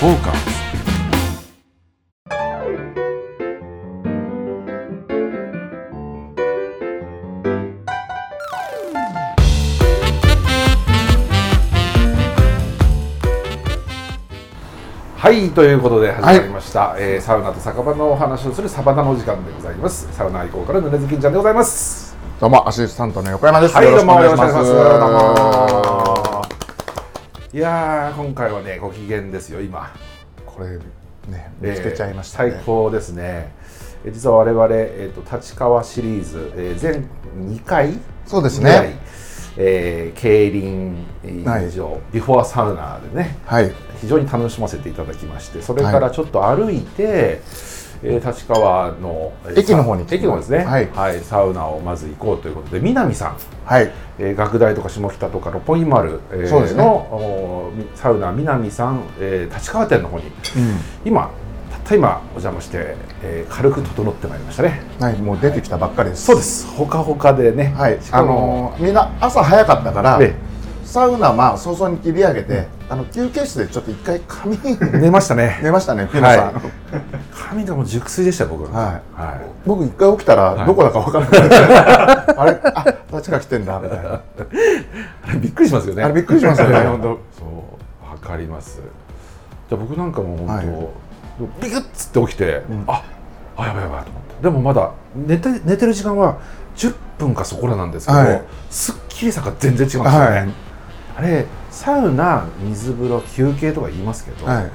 フォーカスはいということで始まりました、えーサウナと酒場のお話をするサバナのお時間でございますサウナ愛好家のぬれずきんちゃんでございますどうもアシスタントの横山です。はいよどろうしくおも願いよろししくおます。願いしますいやー今回はねご機嫌ですよ今これね見つけちゃいましたえーね最。高ですねえー実は我々、えー、と立川シリーズ、えー全2回そうですぐらい、ね。えー競輪は以い上、ビフォーサウナーでねはい。非常に楽しませていただきましてそれからちょっと歩いて、えー立川の、えー駅の方にさ駅の方ですね、はいサウナをまず行こうということで南さん、はい。えー、学大とか下北とか六本木丸、えーそうですねのおーサウナ南さん、えー立川店の方にうん。今たった今お邪魔して、えー軽く整ってまいりましたねはい。もう出てきたばっかりです。そうで。すほかほかでねはい。ああののーみんな朝早かったからええ、サウナまあ早々に切り上げて、あの休憩室でちょっと一回髪 寝ましたね寝ましたね。ピノさん。髪がもう熟睡でした僕、はいはい僕一回起きたらどこだかわからなくなって、あれあ立川来てんだみたいな。あれびっくりしますよねあれびっくりしますよね 本当そうわかりますじゃあ僕なんかもう本当、はビクッつって起きて、んああやばいやばいと思ってでもまだ寝て寝てる時間は10分かそこらなんですけど、はいすっきりさが全然違うんですよね、はいあれサウナ水風呂休憩とか言いますけど、はい。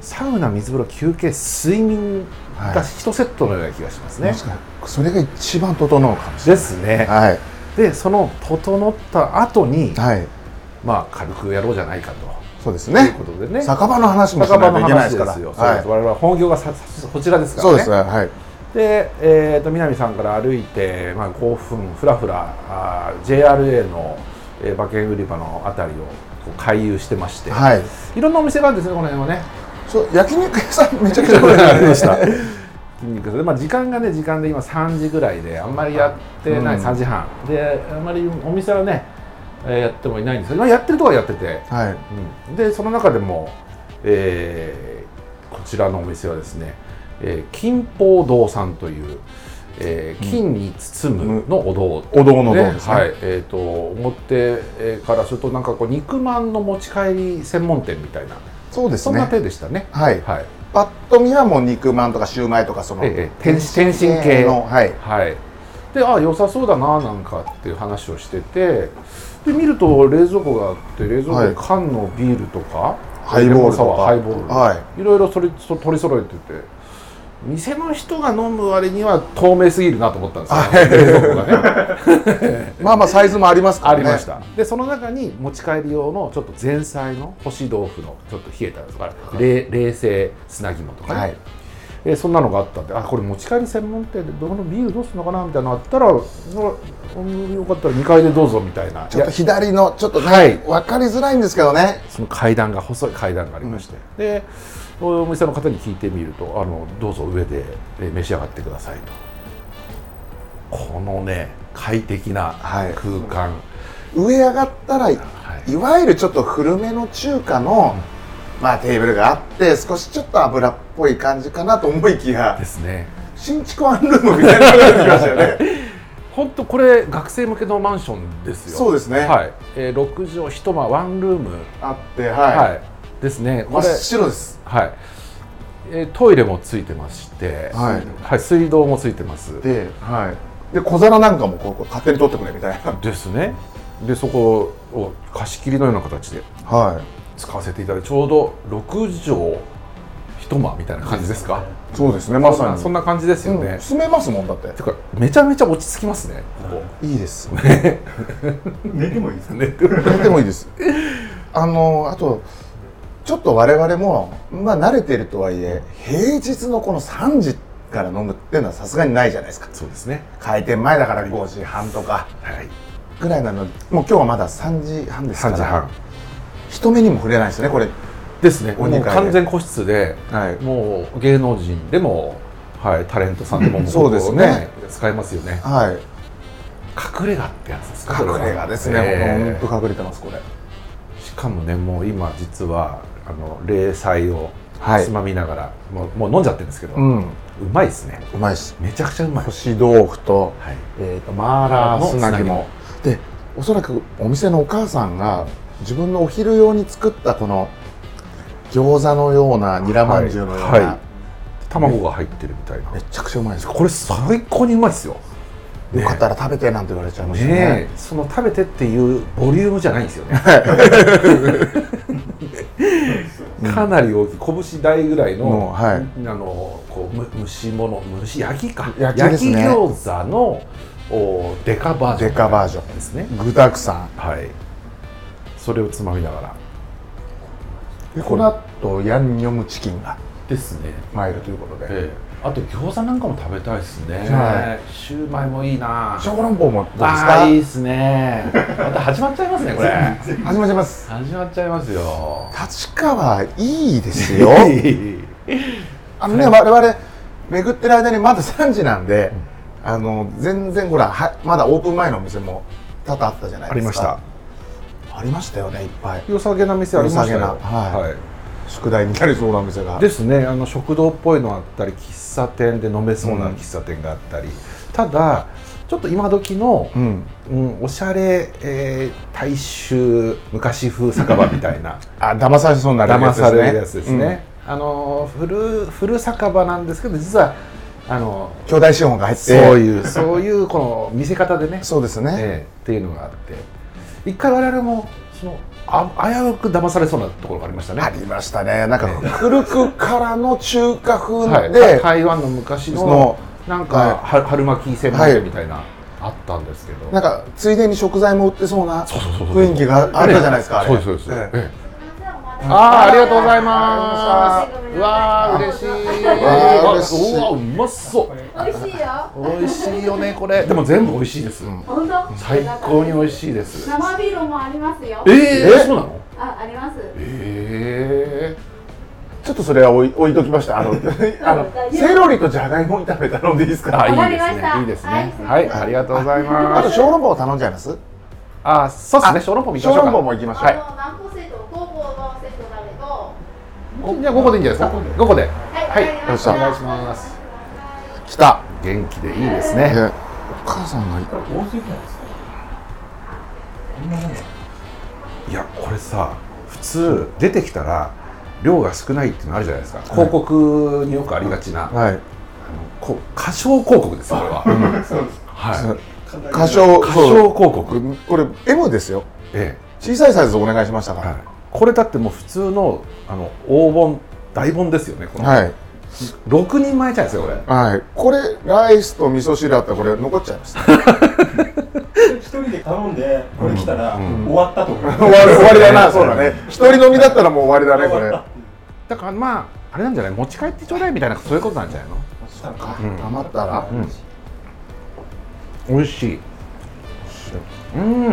サウナ水風呂休憩睡眠はいが一セットのような気がしますね、確かにそれが一番整うかもしれですね、ない。はい。でその整った後に、はい。まあ軽くやろうじゃないかと、そうですというねこ。とでね酒場の話もし酒な場いのといけない話ですでから。すよ、そうですは我々は本業がささこちらですかい。らそねうですね。はい。で、えー、と南さんから歩いて、まあ、5分ふらふらあー JRA の、えー馬券売り場のあたりをこう回遊してまして、はい。いろんなお店があるんですねこの辺はねそう焼肉屋さんめちゃくちゃこれありました。筋肉痛で、まあ、時間がね時間で今3時ぐらいであんまりやってない、うん3時半であんまりお店はね、えーやってもいないんですけど、まあ、やってるとこ はやってて、はい。うんでその中でも、えーこちらのお店はですね、えー金宝堂さんという、えー金に包むのお堂、お堂の堂ですね。はいえー、と表からするとなんかこう肉まんの持ち帰り専門店みたいなそうですそんなね。手でしたねはい。はい、パッと見はもう肉まんとかシューマイとかそのええ天津天津系のはい。はい、であ良さそうだななんかっていう話をしててで見ると冷蔵庫があって冷蔵庫に缶のビールとか、ハイボレモールとかンサワーハイボール、、はいろいろそれそ取り揃えてて店の人が飲む割には透明すぎるなと思ったんですよ、冷蔵庫がねい。まあまあサイズもありますからあね。りまし。た、でその中に持ち帰り用のちょっと前菜の干し豆腐のちょっと冷えたやつとか、冷冷製砂肝とかね、はい。えーそんなのがあったんであこれ持ち帰り専門店でどこのビールどうするのかなみたいなのあったらうんよかったら2階でどうぞみたいないちょっとや左のちょっとはねいわかりづらいんですけどね。その階段が細い階段がありまして、でお店の方に聞いてみるとあのどうぞ上でえー召し上がってくださいとこのね快適なはい空間、上上がったらいわゆるちょっと古めの中華の。まあテーブルがあって少しちょっと油っぽい感じかなと思いきやですね新築ワンルームみたいなのが出てきましたよね本当これ学生向けのマンションですよそうですねはい、えー、6畳一間ワンルーム あってはい、はい、ですね真っ白ですはい、えートイレもついてまして、はいはい、水道もついてますでで,、はい、で小皿なんかもこうこう勝手に取ってくれみたいなすねでそこを貸し切りのような形では使わせていただいてちょうど6畳一間みたいな感じですか、いそうですねまさにそんな感じですよね、うん住めますもんだ っててかめちゃめちゃ落ち着きますねこいいです寝てもいいですか こねでもいいですあのあとちょっと我々もまあ慣れてるとはいえ平日のこの3時から飲むっていうのはさすがにないじゃないですかそうですね開店前だから5時半とかはいぐらいなのでもう今日はまだ3時半ですか3ら時半人目にも触れないですねこれですねもおう二階で完全個室ではいもう芸能人でも、はい、タレントさんでももここそうですね使えますよねはい隠れ家ってやつですかこ隠はれ家ですね、えーほんと隠れてますこれしかもねもう今実はあの冷菜をはいつまみながらもうもう飲んじゃってるんですけど、ううんうまいですねまいですめちゃくちゃうまい干、し豆腐と,、はい、えー、とマーラーの砂砂肝肝でおそらくお店のお母さんが自分のお昼用に作ったこの餃子のようなニラまんじゅうのような、はいはい卵が入ってるみたいなめちゃくちゃうまいですよこれ最高にうまいですよねかったら食べてなんて言われちゃいましたねねえその食べてっていうボリュームじゃないんですよね かなり大きい拳大ぐらいもうの、はいあのこうむ蒸し物蒸し焼きか焼きですね餃子のおデカバージョンデカバージョンですね具沢山はいそれをつまみながらでこの後ヤンニョムチキンがですね参るということで、ええあと餃子なんかも食べたいですね、はシューマイもいいな小籠包もどうですあかあいいですね また始まっちゃいますねこれ 始まります始まっちゃいますよ立川いいで すよあのね、我々巡ってる間にまだ3時なんで、あの全然ほらはまだオープン前のお店も多々あったじゃないあでりすかましたありましたよねいっぱい良さげな店ありましたよ良さげなはいい宿題になりそうなお店がですねあの食堂っぽいのあったり喫茶店で飲めそううなん喫茶店があったり、ただちょっと今時のう、んうん、おしゃれ、えー大衆昔風酒場みたいなあ騙されそうになる騙されるやつですね、、あの古古酒場なんですけど実はあのうん兄弟資本が入ってそういうそういうこの見せ方でねそうですね、ええっていうのがあって一回我々もそのあ危うく騙されそうなところがありましたねありましたねなんか古くからの中華は風いで、台湾の昔のそのなんか、はいは春巻き専門店みたいな、あったんですけどなんかついでに食材も売ってそうなそうそうそうそう雰囲気があったじゃないですかあれそうですそうです、ええええああああありりががととううごござざいいまますす。うわあ嬉しいわうまそうわあ嬉しいう美味しいよ。美味しいよねこれでも全部美味しいです、本当。最高に美味しいです生ビールもありますよ。えー、えそうなのあ、あります。えちょっとそれは置い置いときました あのあのセロリとじゃがいも炒め頼んでいいですえあかいわかいりでますしたねいいですねは、はいいありがとうございあまとす小籠包頼んじゃいますあそうですねあ小籠包もいき小ましょう籠か包も行きましょう、あの南方セット、東方のセットだけど。はじゃあ5個でいいんじゃないですか5個でい、わかりましたお願いします。来た元気でいいですねえお母さんが多すぎないですかこんなもんいやこれさ普通出てきたら量が少ないっていうのあるじゃないですか広告によくありがちな、はいこ過小広告ですよこれは、そうですはい歌唱過小広告これ M ですよえ小さいサイズお願いしましたえ、かはいら、これだってもう普通のあの黄本大本ですよねこの、はい6人前じゃないですかこはいこれライスと味噌汁あったらこれ残っちゃい ました一人で頼んでこれ来たらうん終わったと思う終わり終わりだなそうだね一人飲みだったらもう終わりだねこれれだからまああれなんじゃない持ち帰ってちょうだいみたいなそういうことなんじゃないのそうかうん余ったら美味しいうんうんうん、うんう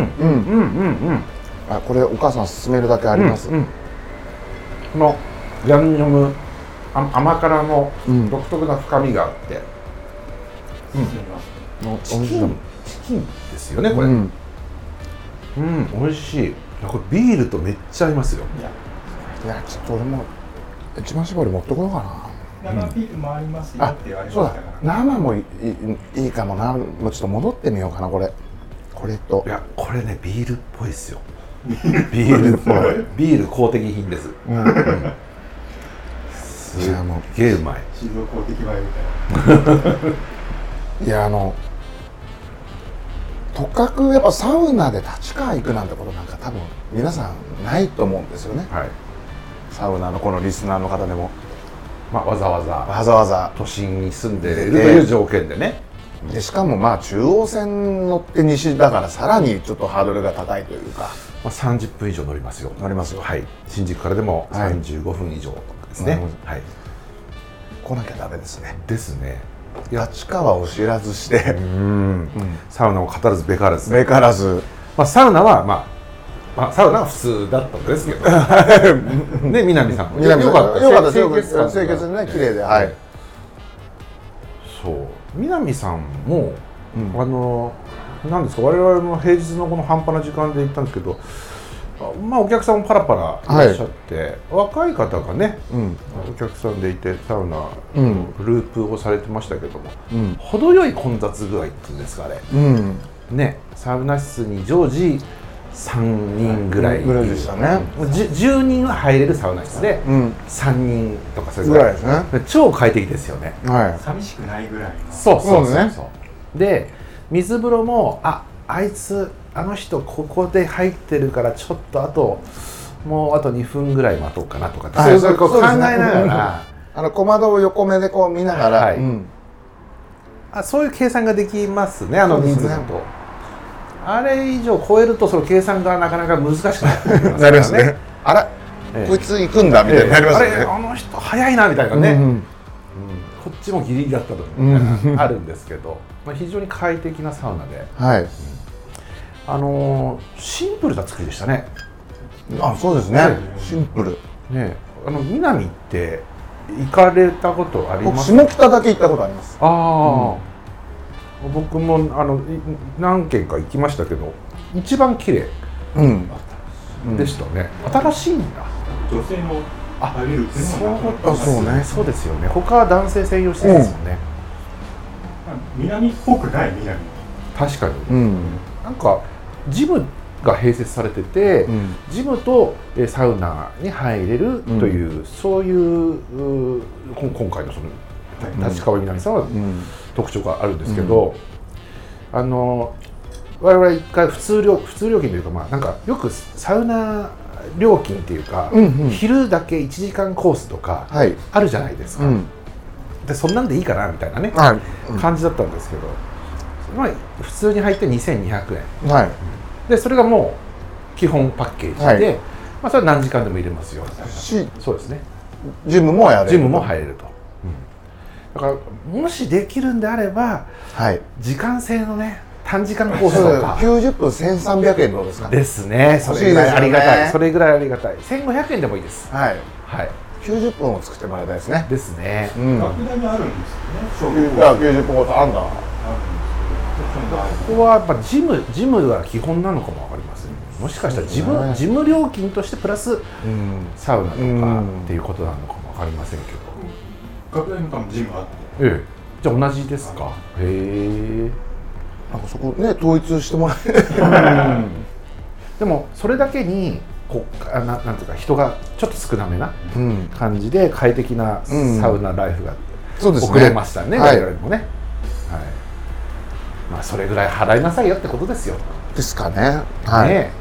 んあこれお母さん勧めるだけあります、うんうんこのヤンニョムあ甘辛のうん独特な深みがあって、のチキンチキンですよねここれれ、うん、美味しいいやこれビールとめっちゃ合いますよいやいやちょっと俺も一番絞り持ってこようか生ビールもありますよなって言われまそうしだたから生もいいいいかもなもうちょっと戻ってみようかなこれこれといやこれねビールっぽいですよビールっ ぽいビール公的品ですすいやもうっげえうまい静岡公的前みたいないやあのとかくやっぱサウナで立川行くなんてことなんか多分皆さんないと思うんですよねはいサウナのこのリスナーの方でもまあわざわざわざわざ都心に住んでいるという条件でねでしかもまあ中央線乗って西だからさらにちょっとハードルが高いというかまあ、30分以上乗りますよ乗りますよはい新宿からでもはい35分以上ですねなるほはい、来なきゃダメですねですね立川を知らずしてうんサウナを語らずべからず、目からずまあ、サウナはまあ、まあ、サウナは普通だったんですけ どね南さんも南さんよかったよかったです清潔感清潔でね綺麗ではいそう南さんも、うんあのなんですか我々も平日のこの半端な時間で行ったんですけどあまあお客さんもパラパラいらっしゃって、若い方がねうんお客さんでいてサウナうんループをされてましたけどもうん程よい混雑具合っていうんですかあれうんねサウナ室に常時3人ぐらいぐらいでしたねうんじゅ 10, 人は入れるサウナ室でうん3人とかそれぐぐららいいですね超快適ですよねは寂しくないぐらいのそうそうそうそうねそうで水風呂もああいつあの人ここで入ってるからちょっとあともうあと2分ぐらい待とうかなとかって、はいそうそうこうそう考でえすねながらい あの小窓を横目でこう見ながら、はいうんあそういう計算ができますねあのそうで人す数ねだと、あれ以上超えるとその計算がなかなか難しくなってきますからなりますねあら、ええこいつ行くんだみたいになりますよあれね、あの人早いなみたいなね、うんううんんこっちもギリギリだったとかねうんあるんですけど、まあ、非常に快適なサウナで、はいあのーシンプルな作りでしたねあそうですね、はいシンプルねあの南って行かれたことありま僕す下北だけ行ったことありますああ、僕もあのい何軒か行きましたけど一番綺麗うんでしたね、新しいんだ女性も入れるっていうのもなかあなかそうねそうですよね他は男性専用施設ですよね、南っぽくない南確かにうんなんかジムが併設されてて、うんジムとえーサウナに入れるという、そういううーこん今回のそのた立川みなみさんはうん特徴があるんですけど、あの我々一回普通料普通料金というかまあなんかよくサウナ料金っていうか、うんうん昼だけ1時間コースとかはいあるじゃないですうか、んでそんなんでいいかなみたいなね、はい感じだったんですけど、まあ、普通に入って2200円うんはいでそれがもう基本パッケージで、はいまあ、それは何時間でも入れますよみたいなしそうですねジムもやれるジムも入れると、だからもしできるんであればはい時間制のね短時間コースそうとだか90分1300円どうですかねですねそ欲しいれぐらいありがたいですよねそれぐらいありがたい1500円でもいいですはいはい90分を作ってもらいたいですねですねうん学大があるんですよねいや90分ごとあんだここはやっぱジムジムが基本なのかもわかりますねもしかしたらジそうム,、ですねジム料金としてプラスうんサウナとかうんっていうことなのかもわかりませんけど、学大の多分ジムがあってええ、じゃあ同じですか。へえ。なんかそこね統一してもらえでもそれだけにこうあななんていうか人がちょっと少なめなうん感じで快適なうんサウナライフがそうですね送れましたね。は我い々もね。はい。まあそれぐらい払いなさいよってことですよ。ですかねはいねえ。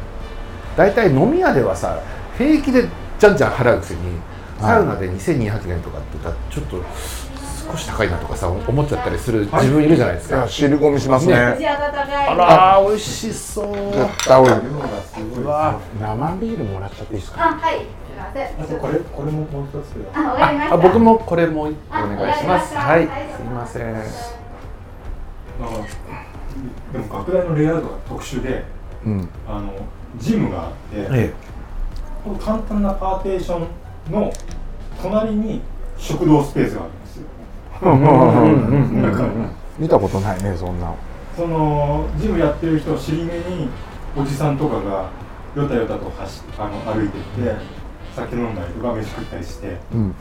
だいたい飲み屋ではさ平気でじゃんじゃん払うくせにはいサウナで2200円とかってだちょっと少し高いなとかさ思っちゃったりする自分いるじゃないですいやか。尻込みしますね口温かい。あらー美味しそう。絶対多い量がすごいですうねわ生ビールもらっちゃっていいですあ、はい。すみませあとん。これこれももう一つくださいあ、わかりました。あ僕もこれもお願いしますあわはかいりましたすいませんなんかでも学大のレイアウトが特殊でうんあのジムがあって、えこの簡単なパーテーションの隣に食堂スペースがあるんですよ、えなんか見たことないねそんなのそのジムやってる人を尻目におじさんとかがよたよたと走ってあの歩いてって酒飲んだりとか飯食ったりしてうん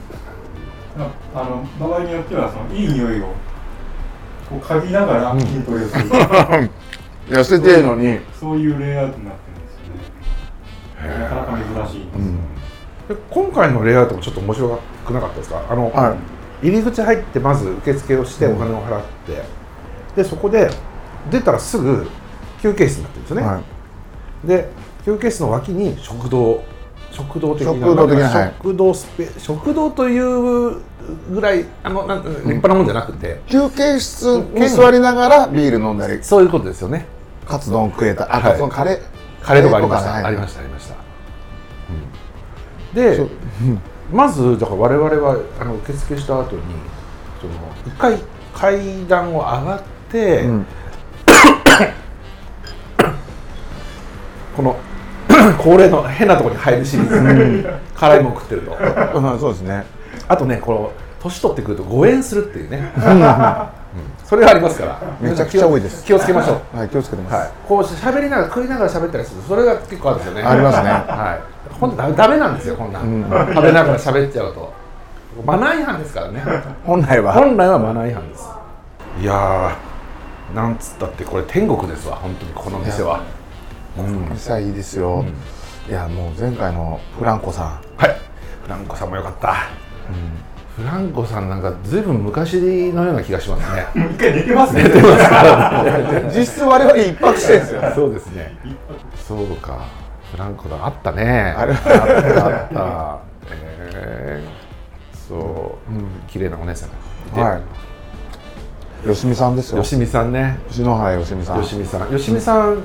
なあの場合によってはそのいい匂いをこう嗅ぎながら筋トレをする、痩せてるのにそういうレイアウトになってるんですよねなかなか珍しいんですよね、で今回のレイアウトもちょっと面白くなかったですかあの、は入り口入ってまず受付をしてお金を払って、でそこで出たらすぐ休憩室になってるんですよね、はで休憩室の脇に食堂食堂的な食堂的なはい食堂スペ食堂というぐらいあのなん立派なもんじゃなくて、い休憩室に座りながらビール飲んだりそういうことですよねカツ丼食えたはあいカツ丼カレーカレーとかありました、カレーとかねありましたありました、うんで、まずだから我々はあの受付した後にその一回階段を上がって、うんこの 恒例の変なところに入るシリーズ、辛いもん食ってるとうんそうですねあとねこの年取ってくると誤嚥するっていうね、それがありますからめちゃくちゃ多いです気をつけましょうはい、気をつけてます。はい、こう喋りながら食いながら喋ったりするそれが結 構あるんですよねありますねはいほんとダメダメなんですよこんなん、うん食べながら喋っちゃうとマナー違反ですからね本来は。本来はマナー違反ですいやーなんつったってこれ天国ですわ本当にこの店はうん実際いいですよ、いやもう前回のフランコさはいフランコさんもよかった、フランコさんなんかずいぶん昔のような気がしますね一回寝 てますね。ん実質我々一泊してるんですよそうですねそうかフランコだあったねあれあったあったえー、そう、綺麗なお姉さんがいて、はい吉見さんですよ吉見さんね篠原吉見さん吉見さん吉見さん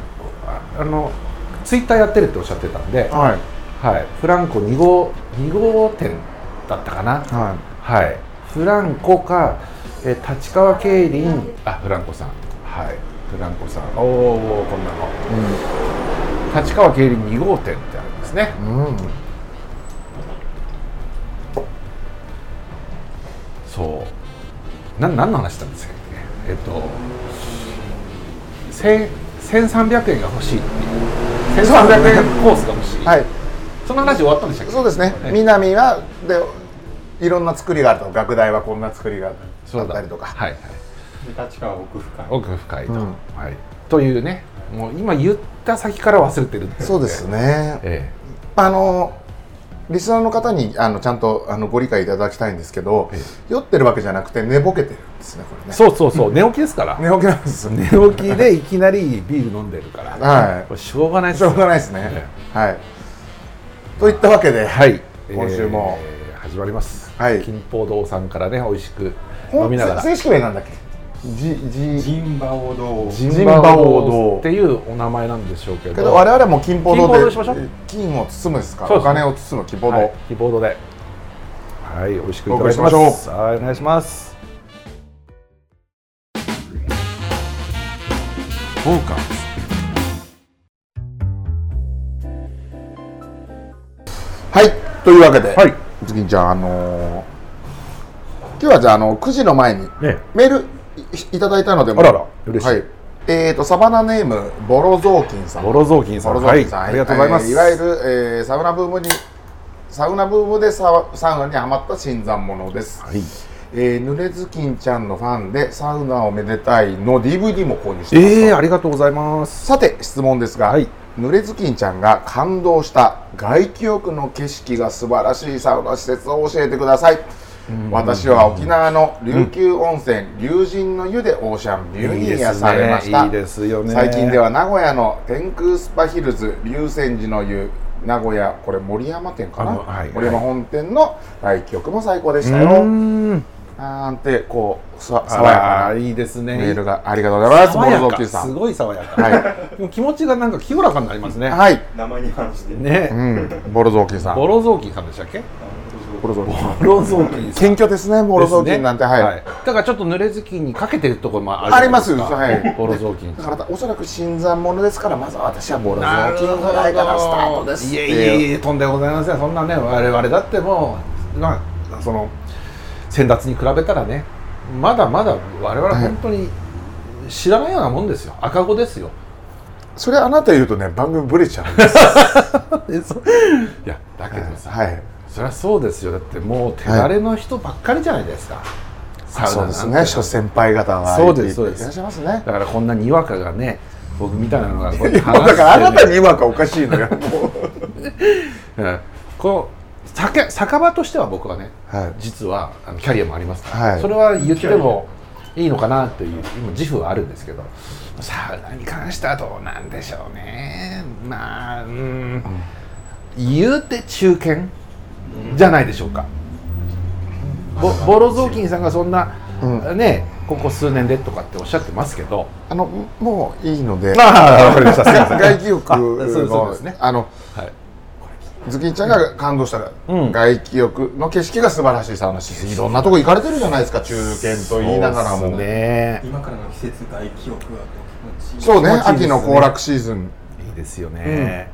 ああのツイッターやってるっておっしゃってたんで、はいはい、フランコ2号2号店だったかなははい、フランコか、えー立川競輪、あ、フランコさん。はい、フランコさん。おお、こんなの。立川競輪2号店ってあるんですね。いうんそう。なん、何の話したんですかね。えっと。千、千三百円が欲しいっていう。千三百円コースが欲しい。はいその話終わったんでしたっけ。そうですねはい南はでいろんな作りがあると学大はこんな作りがあそうっだたりとかはい、はい。で立川奥深い。奥深いと、うんはい。というね。もう今言った先から忘れてるっていねそうですねえあのリスナーの方にあのちゃんとあのご理解いただきたいんですけど、え酔ってるわけじゃなくて寝ぼけてるんですねこれえねそうそうそう、寝起きですから。寝ぼけなんですよ 寝起きでいきなりビール飲んでるから。はい これしょうがないですしよょうがないですね。えはい。といったわけで、えはい。今週もえー始まります。はい金峰堂さんからね、美味しくほん飲みながら。正式名なんだっけ？じじジンバオ堂。ジジンンババオオ堂堂っていうお名前なんでしょうけど。けど我々はもう金報金報堂堂でにしましょう金を包むですかそうら。おですね金を包む金報堂。はい、キーボードで。はい、美味しくいただきお送りしまましす。はい、お願いします。フォーカはい。というわけで、はい。ズキンちゃんあのー今日はじゃああの9時の前にね。メールいいただいたのであらら嬉しいはえー、とサバナネームボロゾーキンさんボロゾーキンさん。ボロゾーキンさんはい、ありがとうございます。えーいわゆる、えーサウナブームにサウナブームでサウサウナにハマった新参者です、はい。えー、ぬれずきんちゃんのファンでサウナおめでたいの DVD も購入しています、ええー、ありがとうございます。さて質問ですが、はいぬれずきんちゃんが感動した外気浴の景色が素晴らしいサウナ施設を教えてください私は沖縄の琉球温泉、龍神の湯でオーシャンビューに癒されましたいいですよね。最近では名古屋の天空スパヒルズ龍泉寺の湯名古屋これ森山店かな、あのはい森山本店の外気浴も最高でしうたよ、ーん。なんてこうさ爽爽ややかかいいですなね。メールがありがとうございますボ爽ルやゾーキか。ーさすんごい爽やか。はもう気持ちがなんか清らかになりますね。い、はい名前に反して。。うね。ん、ボルゾーキーさんボロ雑巾さんでしたっけ？ボロゾーキーさんボロ雑巾謙虚ですねボロゾーキーなんて、はい、だからちょっと濡れずきんにかけてるところもあるじゃないですかありますよはいボロ雑巾だからおそらく新参者ですからまずは私はボロゾーキーぐらいからスタートですっいてえいいうえいえとんでもございませんそんなね我々だってもうまあその先達に比べたらねまだまだ我々本当に知らないようなもんですよ赤子ですよそれあなた言うとね番組ブレちゃうんですいやだけどさ、はいそりゃそうですよだってもう手慣れの人ばっかりじゃないですか、サウナそうですなんねて諸先輩方がそうですそうですいらっしゃいますねだからこんなにわかがね僕みたいなのがこうやって だからあな話してたねに今かおかしいのようんこの酒酒場としては僕はねはい実はあのキャリアもありますから、はいそれは言ってもいいのかなという今自負はあるんですけどサウナに関してはどうなんでしょうねまあうん、言うて中堅じゃないでしょうか、ぼボロ雑巾さんがそんな、うねここ数年でとかっておっしゃってますけどあのもういいので ああわかりましたすいません 外気浴あそうそうのですねあのはいズキンちゃんが感動したらうん外気浴の景色が素晴らしいサウナ施設いろんなとこ行かれてるじゃないですか中堅と言いながらそうもっすね今からの季節大記憶は気持ちいい。そうね気持ちいいで秋すねの行楽シーズンいいですよね、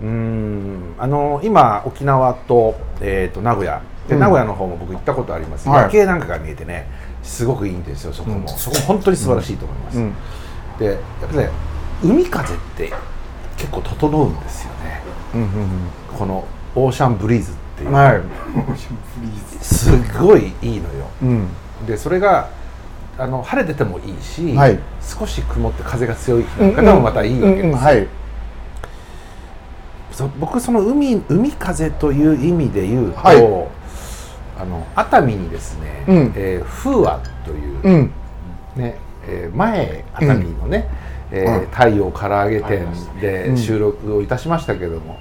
うーんあの今沖縄と,、えー、と名古屋で、うん名古屋の方も僕行ったことあります、はい夜景なんかが見えてねすごくいいんですよそこも、うんそこ本当に素晴らしいと思います、うんでやっぱりね海風って結構整うんですよねうんこのオーシャンブリーズっていうう、んはいすごいいいのようんでそれがあの晴れててもいいし、はい少し曇って風が強い日なんかでもまたいいわけですよ、うんうんはいそ僕その海海風という意味で言うと、はいあの熱海にですね、うんえー風和という、うんねえー前熱海のね、えーうん太陽唐揚げ店うでん収録をいたしましたけども、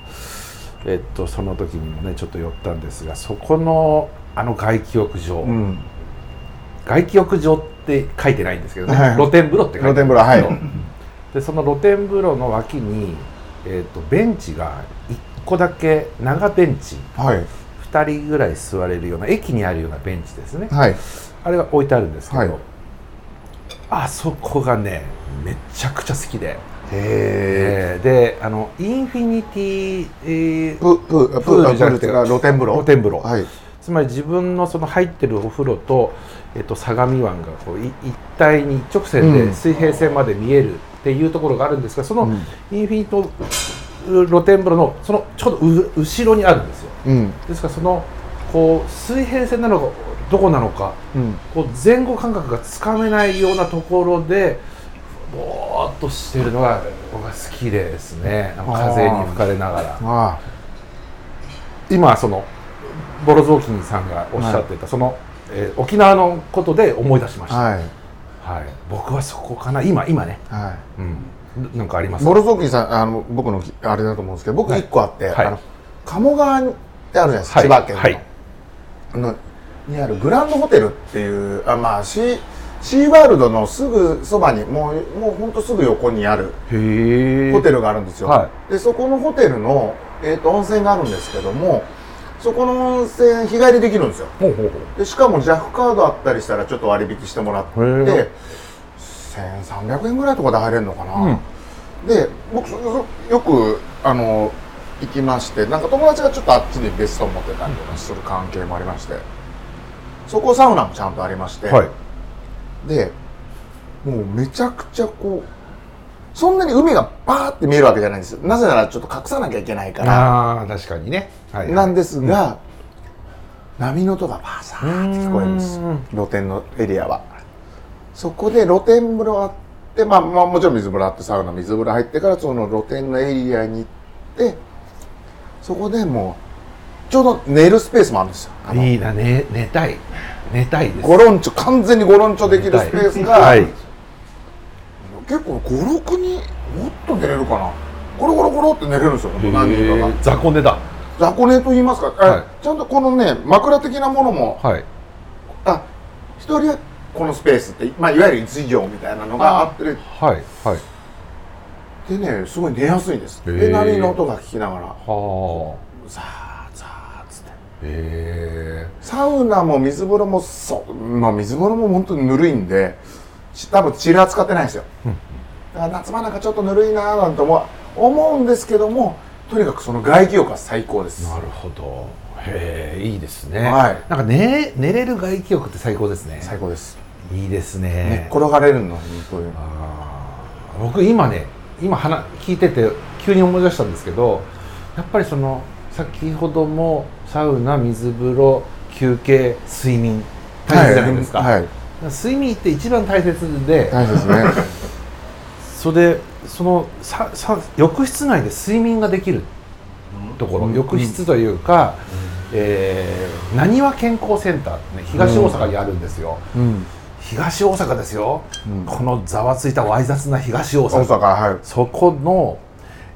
えっとその時にもねちょっと寄ったんですがそこのあの外気浴場、うん外気浴場って書いてないんですけどね、はい露天風呂って書い露てあ天る風呂はいでその露天風呂の脇に、えー、とベンチが1個だけ長ベンチはい2人ぐらい座れるような駅にあるようなベンチですねはいあれが置いてあるんですけど、はいあそこがねめちゃくちゃ好きで、へええーであのインフィニティ、えーププププールじゃなくてプール露天風呂露天風呂はいつまり自分のその入ってるお風呂と,、えっと相模湾がこうい一体に一直線うでん水平線まで見えるっていうところがあるんですがそのうんインフィニト露天風呂のそのちょうどう後ろにあるんですようんですからそのこう水平線なのかどこなのかうんこう前後感覚がつかめないようなところでぼーっとしてるのが僕は好きですねあの風に吹かれながら。あ今そのボロ雑巾さんがおっしゃってた、その、えー沖縄のことで思い出しましあた、はいはい僕はそこかな今今ね、はいうん、なんかありますボロゾーキンさんあの僕のあれだと思うんですけど僕はい一個あって、はいあの鴨川にってあるじゃないですか、はい千葉県の,、はいあのにあるグランドホテルっていうあまあシーシーワールドのすぐそばにもうもうほんとすぐ横にあるへホテルルがあるんですよ、はでそこのホテルの、えー、と温泉があるんですけどもそこの温泉日帰りできるんですよほうほうでしかも JAF カードあったりしたらちょっと割引してもらってへー1300円ぐらいとかで入れるのかな、うんで僕そそよくあの行きましてなんか友達がちょっとあっちに別荘持ってたりとかする関係もありましてそこサウナもちゃんとありまして、ほうはいでもうめちゃくちゃこうそんなに海がバーって見えるわけじゃないんですよなぜならちょっと隠さなきゃいけないからああ確かにね、はいはいなんですが、波の音がバーサーって聞こえるんですうーん露天のエリアはそこで露天風呂あって、まあ、まあもちろん水風呂あってサウナ水風呂入ってからその露天のエリアに行ってそこでもうちょうど寝るスペースもあるんですよあのいいな、ね、寝たい寝たいですゴロンチョ完全にゴロンチョできるスペースが、はい結構56人もっと寝れるかなゴロゴロゴロって寝れるんですよ何人かが雑魚寝だ雑魚寝と言いますか、あはいちゃんとこのね枕的なものもはいあ一人はこのスペースって、まあ、いわゆる一畳みたいなのがあってるはいはいでねすごい寝やすいんですへでー波の音が聞きながらはあザーザーっつってへサウナも水風呂もそうまあ水風呂も本当にぬるいんでし多分チラ使ってないんですよだから夏場なんかちょっとぬるいなーなんて思う思うんですけどもとにかくその外気浴は最高でえすなるほどへえいいですね、はいなんか寝寝れる外気浴って最高ですね最高ですいいです寝ねっ転がれるのにこういうのあー僕今ね今話聞いてて急に思い出したんですけどやっぱりその先ほどもサウナ水風呂休憩睡眠大切じゃないですか、はい、睡眠って一番大切で、大切ですねそれでそのささ浴室内で睡眠ができるところ、うん浴室というか、えー、何は健康センターってね東大阪にあるんですよ、うん東大阪ですよ、うんこのざわついたわい雑な東大大阪阪はいそこの、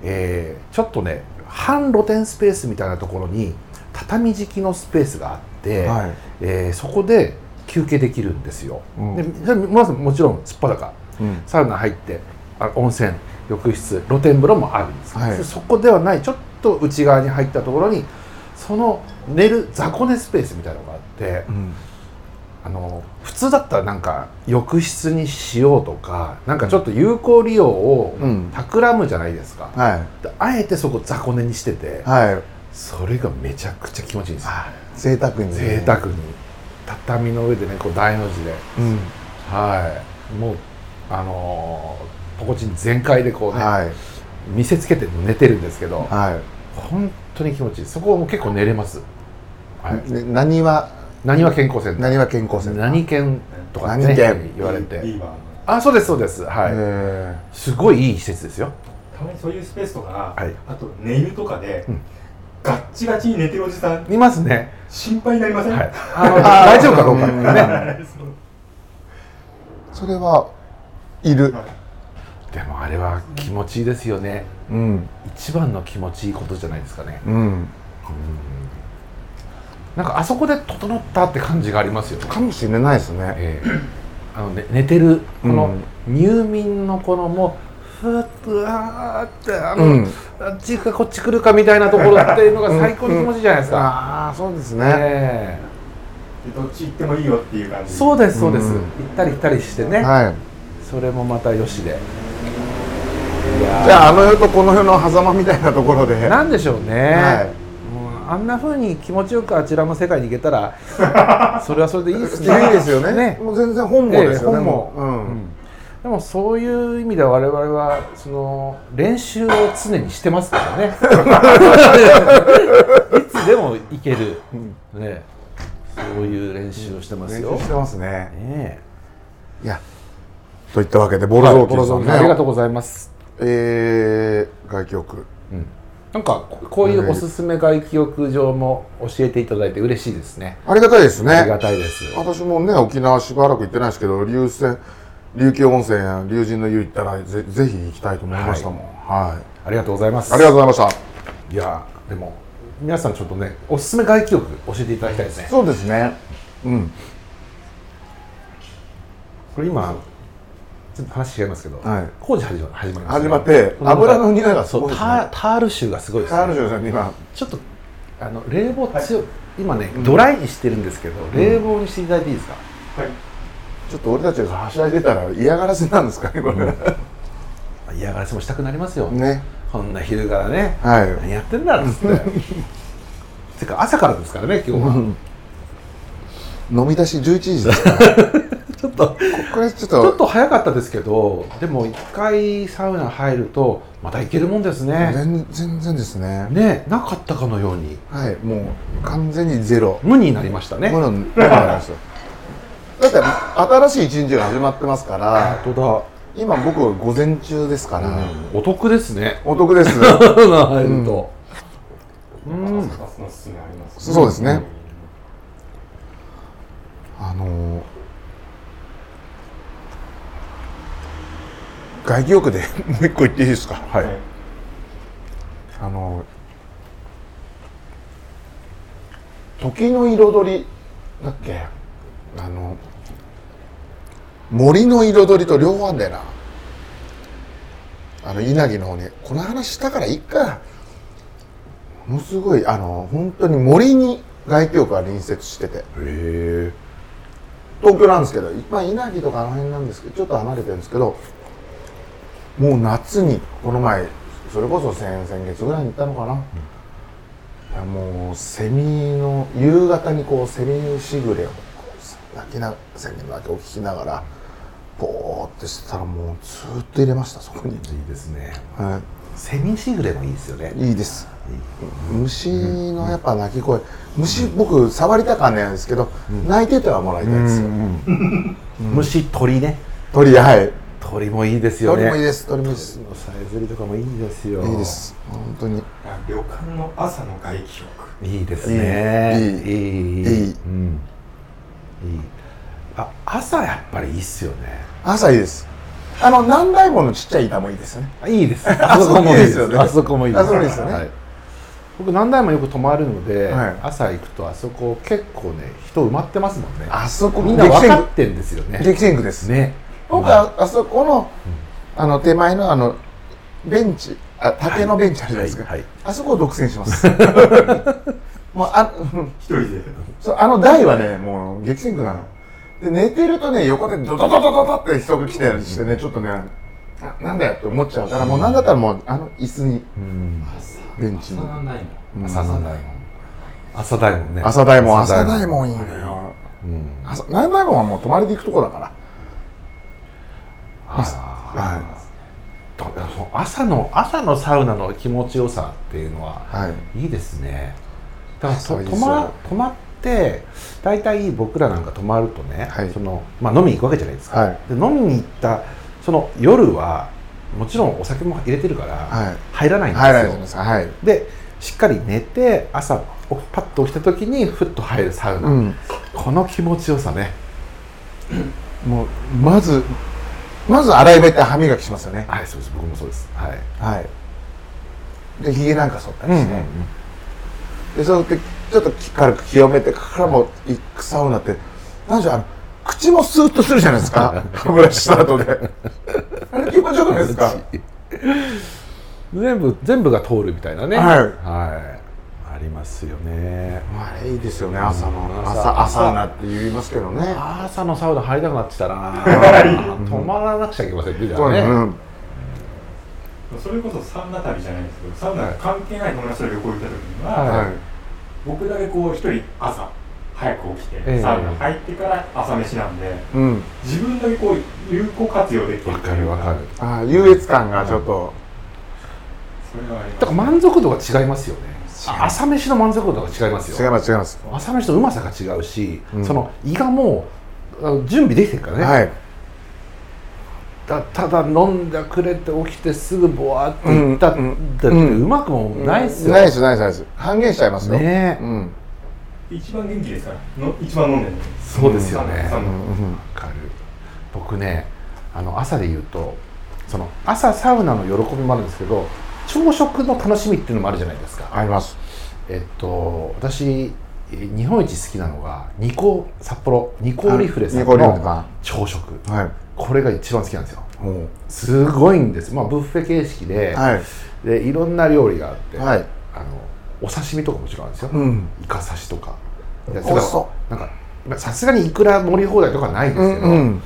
えーちょっとね半露天スペースみたいなところに畳敷きのスペースがあって、はいえーそこで休憩できるんですよ、うんでで皆さんもちろんすっぱだかうんサウナ入ってあ温泉浴室露天風呂もあるんですけど、はいでそこではないちょっと内側に入ったところにその寝る雑魚寝スペースみたいなのがあって、うんあの普通だったらなんか浴室にしようとかなんかちょっと有効利用をうん企むじゃないですか、はであえてそこ雑魚寝にしてて、いはいそれがめちゃくちゃ気持ちいいんですよ贅沢にね贅沢に畳の上でねこう大の字でうんはいもうあのー、心地全開でこうね、はい見せつけて寝てるんですけどは本当に気持ちいいそこはもう結構寝れます、はいいね何は何は健康センター何は健康センター何県とかね何県言われビてーバーのあそうですそうですはい、えすごいいい施設ですよたまにそういうスペースとか、はいあと寝湯とかで、うんガッチガチに寝てるおじさんいますね、心配になりません、はい、あの大丈夫かどうかうんねーそれはいるでもあれは気持ちいいですよねうん一番の気持ちいいことじゃないですかねうんなんかあそこで整ったって感じがありますよね、かもしれないですねええあのね、寝てるこの入眠のこのもうふわっとあーってあの、うんあっちかこっち来るかみたいなところっていうのが最高に気持ちいいじゃないですか、 ああそうですえねえで どっち行ってもいいよっていう感じそうですそうです、うん行ったり来たりしてね、はいそれもまたよしでじゃああの世とこの世の狭間み たいなところでなんでしょうね、はいうんあんなふうに気持ちよくあちらの世界に行けたら それはそれでいいですいねいですよねねもう全然本望ですよね、ええ本望もううんでもそういう意味では我々はその練習を常にしてますから ねいつでもいける、ね、そういう練習をしてます練よ習、してますねねいやといったわけでボえルゾーボキロンさゾんーね、キありがとうございます、えー、外記憶なんかここういうおすすめ外記憶上も教えていただいて嬉しいですねありがたいですありがねたいです私もね沖縄しばらく行ってないですけど流泉琉球温泉や龍神の湯行ったらぜぜひ行きたいと思いましたもんはい、ありがとうございますありがとうございましたいやでも皆さんちょっとねおすすめ外記憶教えていただきたいですねそうですねうんこれ今ちょっと話違いますけど、はい工事始ま始まりましたね始まってこ油の匂いがすそごいうでタすねータール臭がすごいです、タールね、ジョさん今ちょっとあの冷房強い、今ねドライにしてるんですけど、冷房にしていただいていいですか、はいちょっと俺たちがはしゃいでたら嫌がらせなんですかねこれ、嫌がらせもしたくなりますよ、ねこんな昼からね、はい何やってんだろうっつ っててか朝からですからね今日は、飲み出し11時ですからちょっと これちょっちょっとと早かったですけどでも一回サウナ入るとまた行けるもんですね全全然ですねねなかったかのようにはいもう完全にゼロ無になりましたねもうなんもうなんですよだって新しい一日が始まってますから本当今僕は午前中ですかだ、ら、うんお得です ねお得ですサウナ入 ると、うんおすすめありますそうですねあのー外気浴で もう一個言っていいですかはいはいあの時の彩りだっけあの森の彩りと両方あんだよなあの稲城の方にこの話したからいっかものすごいあの本当に森に外気浴が隣接しててへ東京なんですけど、まあ、稲城とかあの辺なんですけどちょっと離れてるんですけどもう夏にこの前それこそ先先月ぐらいに行ったのかな、いやもうセミの夕方にこうセミしぐれをこう鳴きなセミの鳴きを聞きながらぼーってしてたらもうずーっと入れましたそこに、いいですねはセミシグレもいいですよねい、いいです虫のやっぱ鳴き声虫僕触りたかんないんですけど、泣いててはもらいたいですよ、虫鳥ね鳥はい鳥もいいですよね鳥もいいです鳥もいいですさえずりとかもいいですよいいです本当にあ旅館の朝の外気浴いいですねいいいいいいいうん、いいあ朝やっぱりいいっすよね朝いいですあの何台ものちっちゃい板もいいですね あいいですあそこもいいですよねあそこもいいですあそこもいいですよねはい僕何台もよく泊まるので、はい朝行くとあそこ結構ね人埋まってますもんねあそこみんな分か激ってんですよね戦区激戦区ですね僕まあはあそこのあの手前のあのベンチあ竹のベンチあるじゃないですか、はいはいあそこを独占します もうあ,うん、一人でそうあの台はねもう激戦区なので寝てるとね横でドドドドドドって人が来たりしてねちょっとねななんだよって思っちゃうからもうなんだったらもうあの椅子にうんベンチに朝ないのうん朝の大門朝大門ね朝大門朝大大門門いいのようん朝大門はもう泊まりで行くとこだからはいはと朝の朝のサウナの気持ちよさっていうのはいはいいいですねだからそとういい泊ですよま泊まって大体僕らなんか泊まるとね、はいそのまあ、飲みに行くわけじゃないですか、はいで飲みに行ったその夜はもちろんお酒も入れてるから、はい入らないんですよ、入らないですはいでしっかり寝て朝おパッと起きた時にふっと入るサウナ、うんこの気持ちよさねもうまずまず洗い場行って歯磨きしますよねはいそうです僕もそうですはい、はいでひげなんか剃ったりうしんて、でそうやってちょっと軽く清めてからも行くサウナってなんでしょうあの口もスーッとするじゃないですか歯ブラシした後であれ気持ちよくないですか全部全部が通るみたいなねはいはいありますよねあれいいですよね朝のうん朝朝サウナって言いますけどね朝のサウナ入りたくなってきたな止まらなくちゃいけませんねじゃそうあね、ね、うん、それこそサウナ旅じゃないですけどサウナが関係ない友達と旅行行った時には、ははい僕だけこう一人朝早く起きええてサウナ入ってから朝飯なんでうん自分だけこう有効活用できてわるってかいるうわかるああ優越感がちょっと、それはありますだから満足度が違いますよねあ朝飯の満足度が違いますよ違います違います、朝飯のうまさが違うし、うんその胃がもうあの準備できてるからね、はいだただ飲んだくれて起きてすぐボワーっていったってうんだってううんまくもないっすよ、ないですないですないです半減しちゃいますよねえうん一番元気ですからの一番飲んでるのそうですよね、うんわうんかる僕ねあの朝で言うとその朝サウナの喜びもあるんですけど朝食の楽しみっていうのもあるじゃないですか、ありますえっと私え日本一好きなのがニコ札幌ニコリフレさんニコリフレのさ朝食んはいこれが一番好きなんですよもすごいんです、まあ、ブッフェ形式で,、うはいい、でいろんな料理があって、はいあのお刺身とかもちろんあるんですよ、うんイカ刺しとかいや美味しそなんかまあさすがにいくら盛り放題とかはないんでうすんけど、うん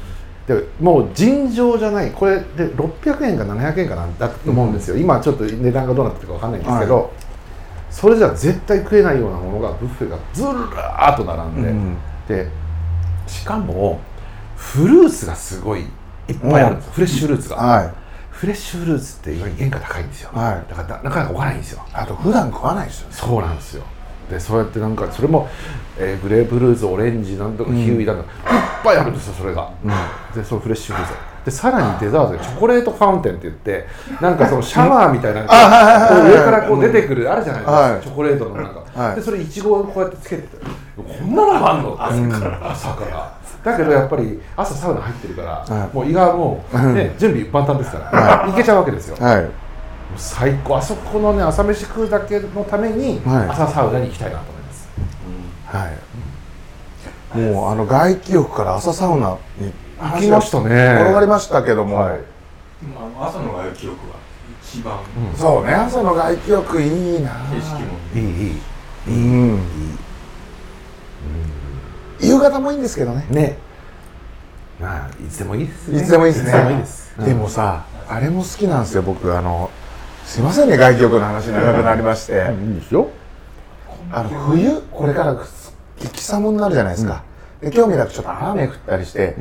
でもう尋常じゃないこれで600円か700円かなんだと思うんですよ、今ちょっと値段がどうなってるかわかんないんですけど、それじゃ絶対食えないようなものがブッフェがずらーっと並んで、うんでしかもフルーツがすごいいっぱいあるんですよ、フレッシュフルーツが、はいフレッシュフルーツって意外に原価高いんですよ、はいだからななかなか置かないんですよあと普段食わないですよねそうなんですよでそうやってなんかそれも、えーグレープフルーツオレンジなんとかキウイなんとか、いっぱいあるんですよそれが、でそのフレッシュフルーツでさらにデザートでチョコレートファウンテンって言ってなんかそのシャワーみたいなの あがこはういはいはい上からこう出てくるあるじゃないですか、はいチョコレートのなんか、はいでそれいちごをこうやってつけててこんなのがあんのって朝から朝からだけどやっぱり朝サウナ入ってるから、はいもう胃がもう、ね、準備万端ですから、いけちゃうわけですよはい最高あそこのね朝飯食うだけのために、はい朝サウナに行きたいなと思いますはい。もうあの外気浴から朝サウナに行きましたね転がりましたけども、はいでもあの朝の外記憶は一番そうね朝の外気浴いいな。景色もいいいいうん。夕方もいいんですけどね。ねまあいつでもいいですいつでもいいですね。いつでもいいです、でもさ、あれも好きなんですよ僕あの。すいませんね外気浴の話長くなりまして、いいですよあの冬これから激寒になるじゃないですか。で興味なくちょっと雨降ったりして。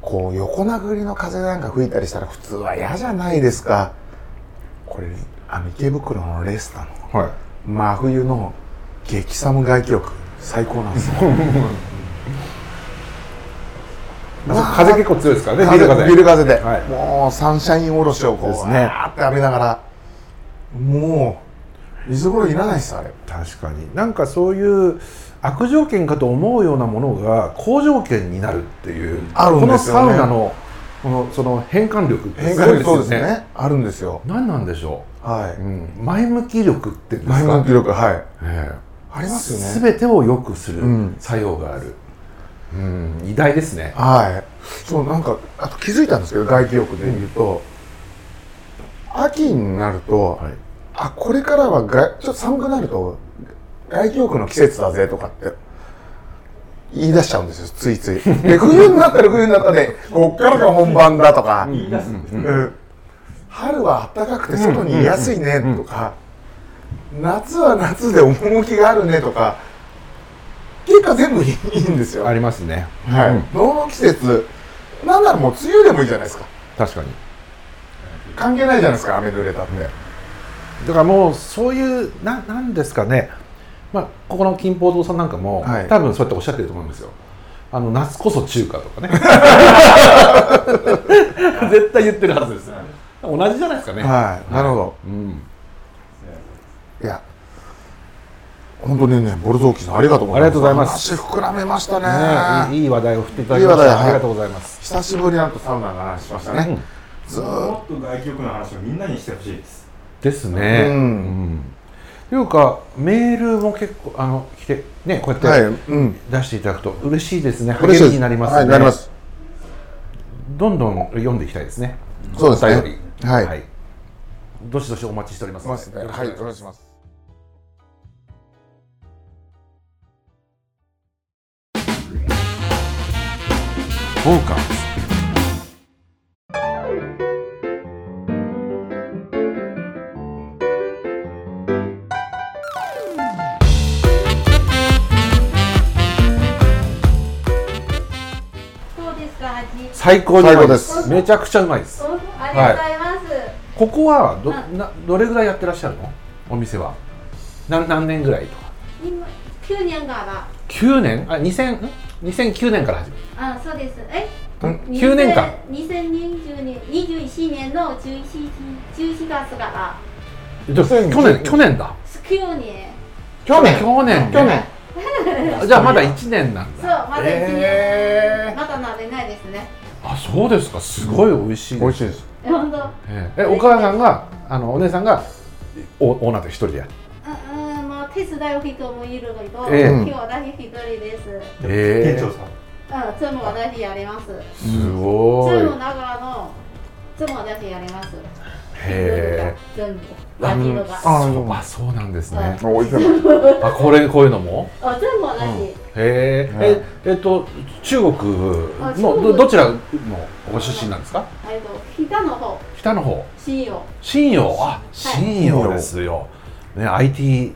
こう横殴りの風なんか吹いたりしたら普通は嫌じゃないですかこれあの池袋のレスタのはい真冬の激寒外気浴最高なんですよあそこ風結構強いですからね ビル風ビル風で、はいもうサンシャインおろしをこうですねわーって浴びながらもう水風呂いらないっすあれ確かになんかそういう悪条件かと思うようなものが好条件になるっていうあるんですよねこのサウナのこのその変換力って変すごい換で力すよそねうですよねあるんですよ何なんでしょはう、いうん、前向き力っていうんです前か向き力はいええありますよねすべてを良くするうん作用がある、うん偉大ですねはい。そう、なんか、あと気づいたんですけど、外気浴で言うと、秋になると、はいあ、これからはが、ちょっと寒くなると、外気浴の季節だぜとかって、言い出しちゃうんですよついついで冬になったら冬になったでこっからが本番だとか、言い出すんですねうん春は暖かくて外にいやすいねとか、夏は夏で趣があるねとか結果全部いいんですよ、あはいりますねどの季節なんならもう梅雨でもいいじゃないですか確かに関係ないじゃないですか雨濡れたって、だからもうそういうななんですかね、まあ、ここの金峰堂さんなんかも、はい多分そうやっておっしゃってると思うんですよあの夏こそ中華とか ね絶対言ってるはずです同じじゃないですかね、はいなるほど、うん、いや、本当にね、ボルゾーキさん、ありがとうごあざいます。りがとうございます話膨らめましたねえね。いいいい話題を振っていただきましいい話題たはいありがとうございます、久しぶりにあとサウナの話しましたね。ずーっもっと外局の話をみんなにしてほしいですですねうんんというかメールも結構あの来てねこうやって、と。はい、うん。出していただくと嬉しいですね嬉励しいでみすになりますね、はい、なります。どんどん読んでいきたいですねそうですお便ね。りはいどしどしお待ちしておりますのでますねはい、お願いします。フォーカどうですか味最高にうまいです最高ですめちゃくちゃうまいですおありがとうございます、ここはどあなどれぐらいやってらっしゃるのお店は何何年ぐらいとか今9年から9年あ2000ん2009年から始めあそうですえん9年間2020年21年の11日11月からたじゃあ去年去年だ9年去年去年去年。じゃあまだ1年なんそうだまだ1年、えまだ慣れないですねあそうですかすごい美味しいですー。美味しいです。本当えええお母さんがあのお姉さんがおオーナーと一人でやってうんうんもう手伝う人もいるけど、ええ今日私一人ですうんえ店長さん全部私やりますすごい全部長野全部私やりますへえ全部味のがあそうあそうなんですね美味しい。あこれこういうのも あ全部同じ、へねえええっと中国あ中の国どどちらのご出身なんですかえっと北の方北の方信用信陽あ信陽ですよね IT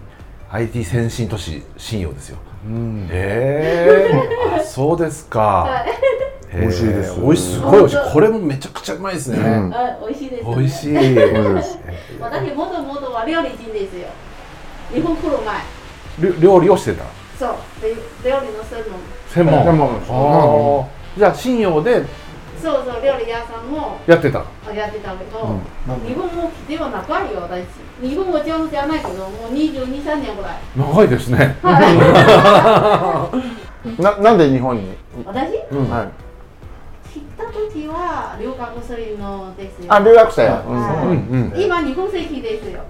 IT 先進都市信陽ですようん。へえ あそうですかはいへえ美味しいです美味しいすごい美味しいこれもめちゃくちゃうまいですねうんあ美味しいです、ね、美味しい私もともとは料理人ですよ日本来る前り料理をしてたそうで料理の専門専門専門あーじゃあ信用でそうそう料理屋さんもやってたやってたけど、日本も来ては長いよ私日本語上手じゃないけどもう22、3年ぐらい長いですねはいな、なんで日本に。 私うんはい。来た時は留学するのですよあ、留学生。はうんうんえ今日本籍ですよ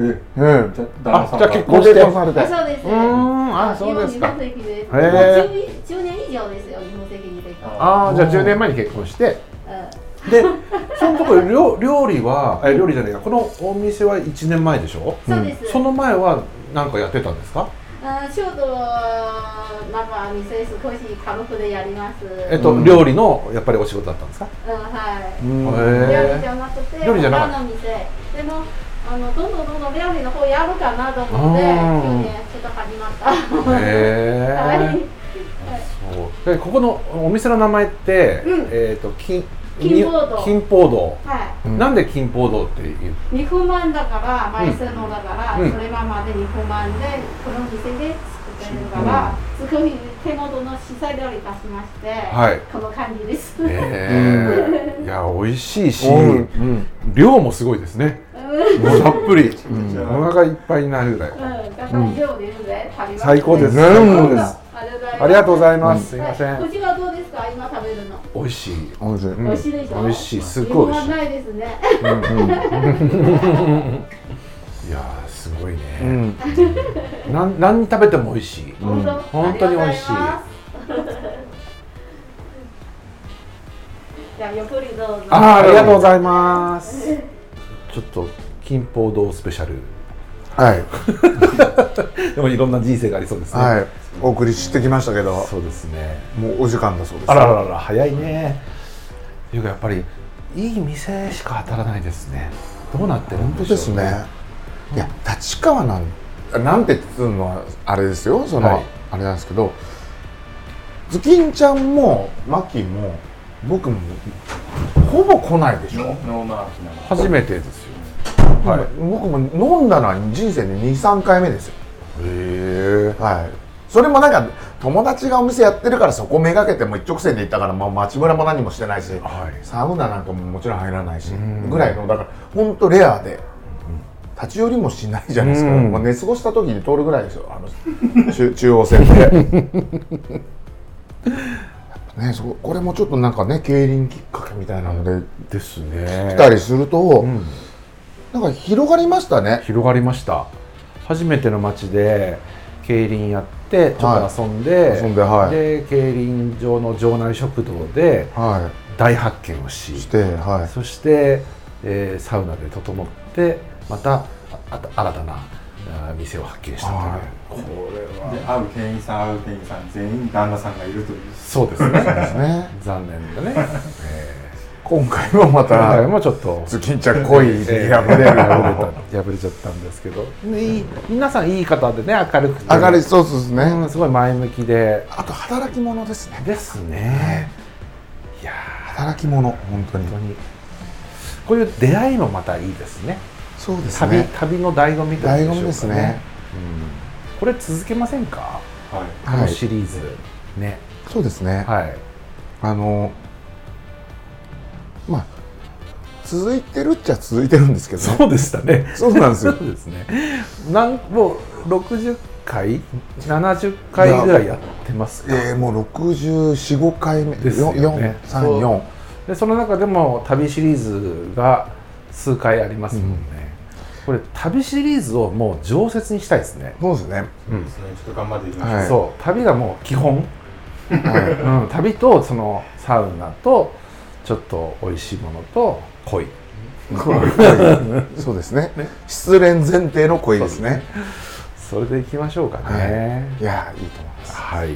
えうん。うん。じゃ旦あ那さんじゃあが結ご婚結して婚されあて。そうですうーんあそうですか日本籍ですへーもう 10, 10年以上ですよ日本籍にできたああじゃあ10年前に結婚 してうんでそのところ料料理はえ料理じゃないかこのお店は1年前でしょそうです、その前は何かやってたんですかあちょうどなんか店少し家族でやりますえっと、うん料理のやっぱりお仕事だったんですかうんはいうんへえ料理じゃなくて料理じゃなかった他の店でもあのどんどんどんどん料理の方やるかなと思ってあ去ー年ちょっと始まったへはえいそうでここのお店の名前って、うんえっ、と金金峰堂金峰堂 はうんなんで金峰堂っていうい日本版だから前製のだから、うんそれままで日本版でこの店で作ってるから、少し手元の小さい料理出しまして、はいこの感じです、ええいや美味しいし、うん。量もすごいですねうんもうたっぷり、んお腹いっぱいになるぐらい、うん、だから以上ですね、食べますね最高です、うん最高ですありがとうございます、すいません、こちらどうですか今食べるの美味しい、美味しい。うん美味しいでしょ美味しいすっごい美味しい日本はないですねいやーすごいうん。うね、ん。なん何食べても美味しい、ん本当に美味しいありがとうございますじゃあゆっくりどうぞあーありがとうございますちょっと金峰堂スペシャルはい、でもいろんな人生がありそうですね。はい、お送りしてきましたけどそうですね。もうお時間だそうですあらららら早いね。というかやっぱりいい店しか当たらないですね。どうなってるん本で当しょうですね。いや立川なんなんてつうのはあれですよその、はいあれなんですけどズキンちゃんもマキも僕もほぼ来ないでしょ、ノノーマークなの初めてですよ。はい、僕も飲んだのは人生で23回目ですよへえ、はい、それもなんか友達がお店やってるからそこめがけてもう一直線で行ったから、まあ、街ブラも何もしてないし、はいサウナなんかももちろん入らないしんぐらいのだから本当レアで立ち寄りもしないじゃないですか、うんまあ、寝過ごした時に通るぐらいですよあの中 中央線でやっぱねそここれもちょっとなんかね競輪きっかけみたいなのでですね来。たりすると、うんなんか広がりましたね広がりました。初めての街で競輪やってちょっと遊んで、遊んではいで競輪場の場内食堂では大発見をしい、して、はい、そして、えーサウナで整ってまたああた新たなあー店を発見したという、はいこれで会う店員さん会う店員さん全員旦那さんがいるというそうですねね、残念 だね、え今回もまー、今回たもちょっとズキンちゃん恋で破れるよ破れた破れちゃったんですけどでいい皆さんいい方でね明るくて上がりそうですね、うんすごい前向きであと働き者ですねですねいや働き者本当にー本当にこういう出会いもまたいいですねそうです旅ね旅の醍醐味とい醍うん醐味ででしすょうかねねこれ続けませんかはいこのはいシリーズ、ねそうですね、はいあのまあ続いてるっちゃ続いてるんですけどねそうでしたねそうなんですそうよですねなんもう60回70回ぐらいやってますかえー、もう645回目ですよね434でその中でも旅シリーズが数回ありますもんね、これ旅シリーズをもう常設にしたいですね、そうですね、うんそのちょっと頑張っていきましょう、はいそう旅がもう基本、はいうん、旅とそのサウナとちょっと美味しいものと恋恋そうですね失恋前提の恋ですねそれでいきましょうかね、いやーいいと思いますはい、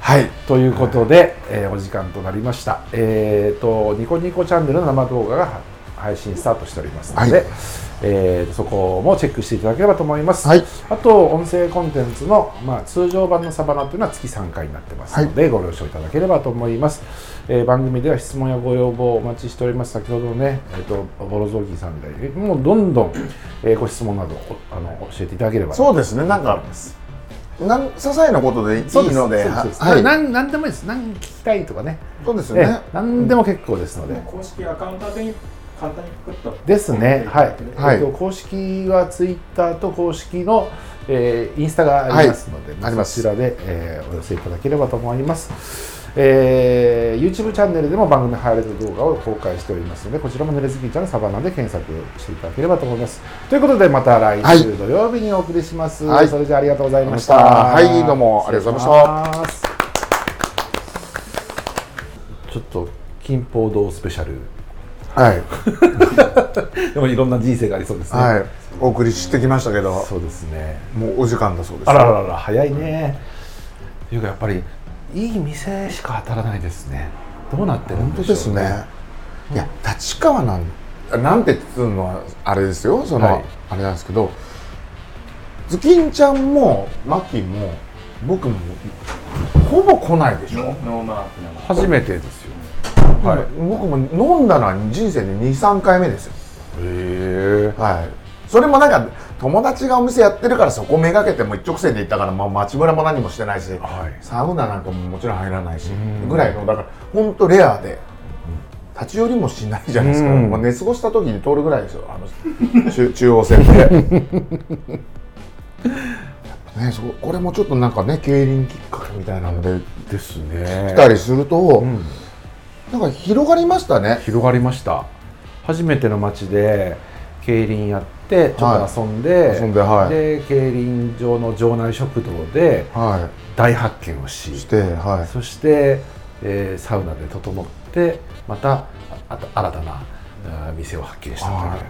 はいということで、えーお時間となりました、えー、とニコニコチャンネルの生動画が配信スタートしておりますので、はいえーそこもチェックしていただければと思います、はいあと音声コンテンツの、まあ、通常版のサバナというのは月3回になってますので、ご了承いただければと思います、えー番組では質問やご要望をお待ちしております先ほどのね、えー、とボロゾーキーさんみたいにもうどんどん、えーご質問などおあの教えていただければそうですねなんかなん些細なことでいいそうですのでそうですははいい、なんなんでもいいです。何聞きたいとかね。そうですよえねえ、何でも結構ですので。もう公式アカウント宛てに簡単にクッとですね。はい。はいえっと公式はツイッターと公式の、えーインスタがありますので、ありまそすちらで、えーお寄せいただければと思います。えー YouTube チャンネルでも番組ハイライト動画を公開しておりますのでこちらも「濡れずきんちゃんのサバナ」で検索していただければと思いますということでまた来週土曜日にお送りします、はいそれじゃあありがとうございましあたりがとうございましたはいどうもありがとうございましたちょっと金報堂スペシャルはいでもいろんな人生がありそうですね、はいお送りしてきましたけどそうですねもうお時間だそうですあらららら早いねというかやっぱりいい店しか当たらないですねどうなってるん本で当しょうですねいや立川なんなんてつうのはあれですよその、はいあれなんですけどズキンちゃんもマキも僕もほぼ来ないでしょノノーマークなの初めてですよはい、僕も飲んだのは人生で23回目ですよへはいそれもなんか友達がお店やってるからそこめがけてもう一直線で行ったから、まあ、街ブラも何もしてないし、はいサウナなんかももちろん入らないしうんぐらいのだから本当レアで立ち寄りもしないじゃないですか、うんまあ、寝過ごした時に通るぐらいですよあの中 中央線でやっ ぱねそここれもちょっとなんかね競輪きっかけみたいなのでえですね来たりするとう、んなんか広がりましたね広がりました初めての街で競輪やってちょっと遊んで、遊んではいで競輪場の場内食堂では大発見をしいしてはいそして、えーサウナで整ってまたああ新たなあー店を発見したとはいいうこ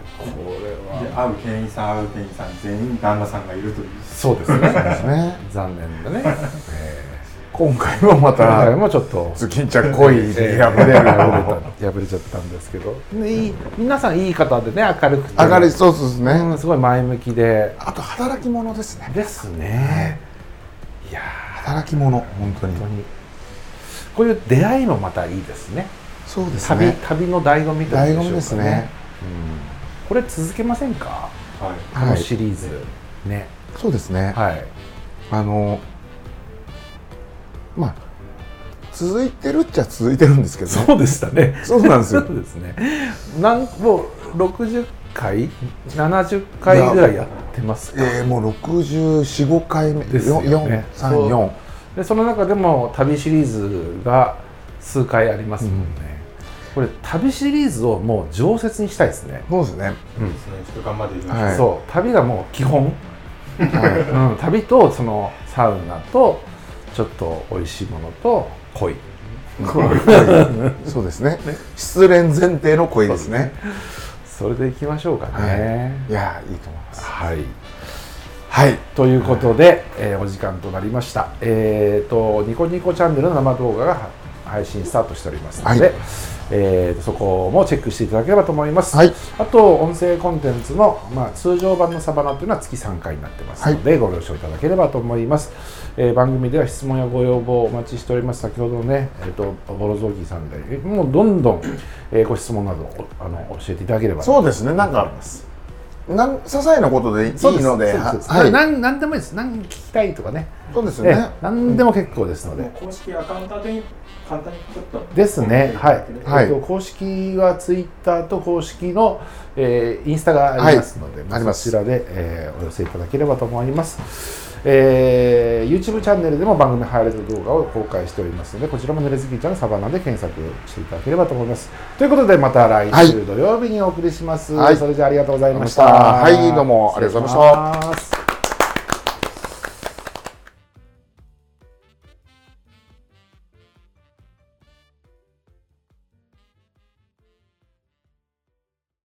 れでは会う店員さん会う店員さん全員旦那さんがいるというそうですねですね残念だね、え今回もまー、今回たもちょっとズキンちゃん恋にえ破 れーるよ破れた破れちゃったんですけどでいい皆さんいい方でね明るくて上がりそうですね、うんすごい前向きであと働き者ですねですねいや働き者本当ーに本当にこういう出会いもまたいいですねそうです旅ね旅の醍醐味という醍んでしょうかね醐味ですねうんこれ続けませんかはいこはいのシリーズ、ねそうですね、はいあのまあ続いてるっちゃ続いてるんですけどねうでしたね そうなんですそようですねなんもう60回70回ぐらいやってますかえー、もう645回目ですよね434でその中でも旅シリーズが数回ありますもんね、これ旅シリーズをもう常設にしたいですね、そうですねうんですねちょっと頑張っていきましょうはいそう旅がもう基本、はうん、旅とそのサウナとちょっと美味しいものと恋いそうですね失恋前提の恋ですねそれでいきましょうかねいやーいいと思いますはい、はいということで、えーお時間となりましたえっ、とニコニコチャンネルの生動画が配信スタートしておりますので、はいえーとそこもチェックしていただければと思います、はいあと音声コンテンツの、まあ、通常版のサバナというのは月3回になってますので、ご了承いただければと思います、えー番組では質問やご要望をお待ちしております先ほどのね、えー、とボロゾーキーさんでえもうどんどん、えーご質問などおあの教えていただければそうですねなんかなん些細なことでいいそうですのでそうですはいなんなんでもいいです。何聞きたいとかね。そうですよえねえ、何でも結構ですのもうで。公式アカウント宛てに簡単にちょっとですね。はい。はいえっと公式はツイッターと公式の、えーインスタがありますので、ありますそちらで、えーお寄せいただければと思います。えー YouTube チャンネルでも番組ハイライト動画を公開しておりますのでこちらも濡れずきちゃんのサバナで検索していただければと思いますということでまた来はい週土曜日にお送りします、はいそれじゃあありがとうございましたありがとうございましたはいどうもありがとうござい失ました礼します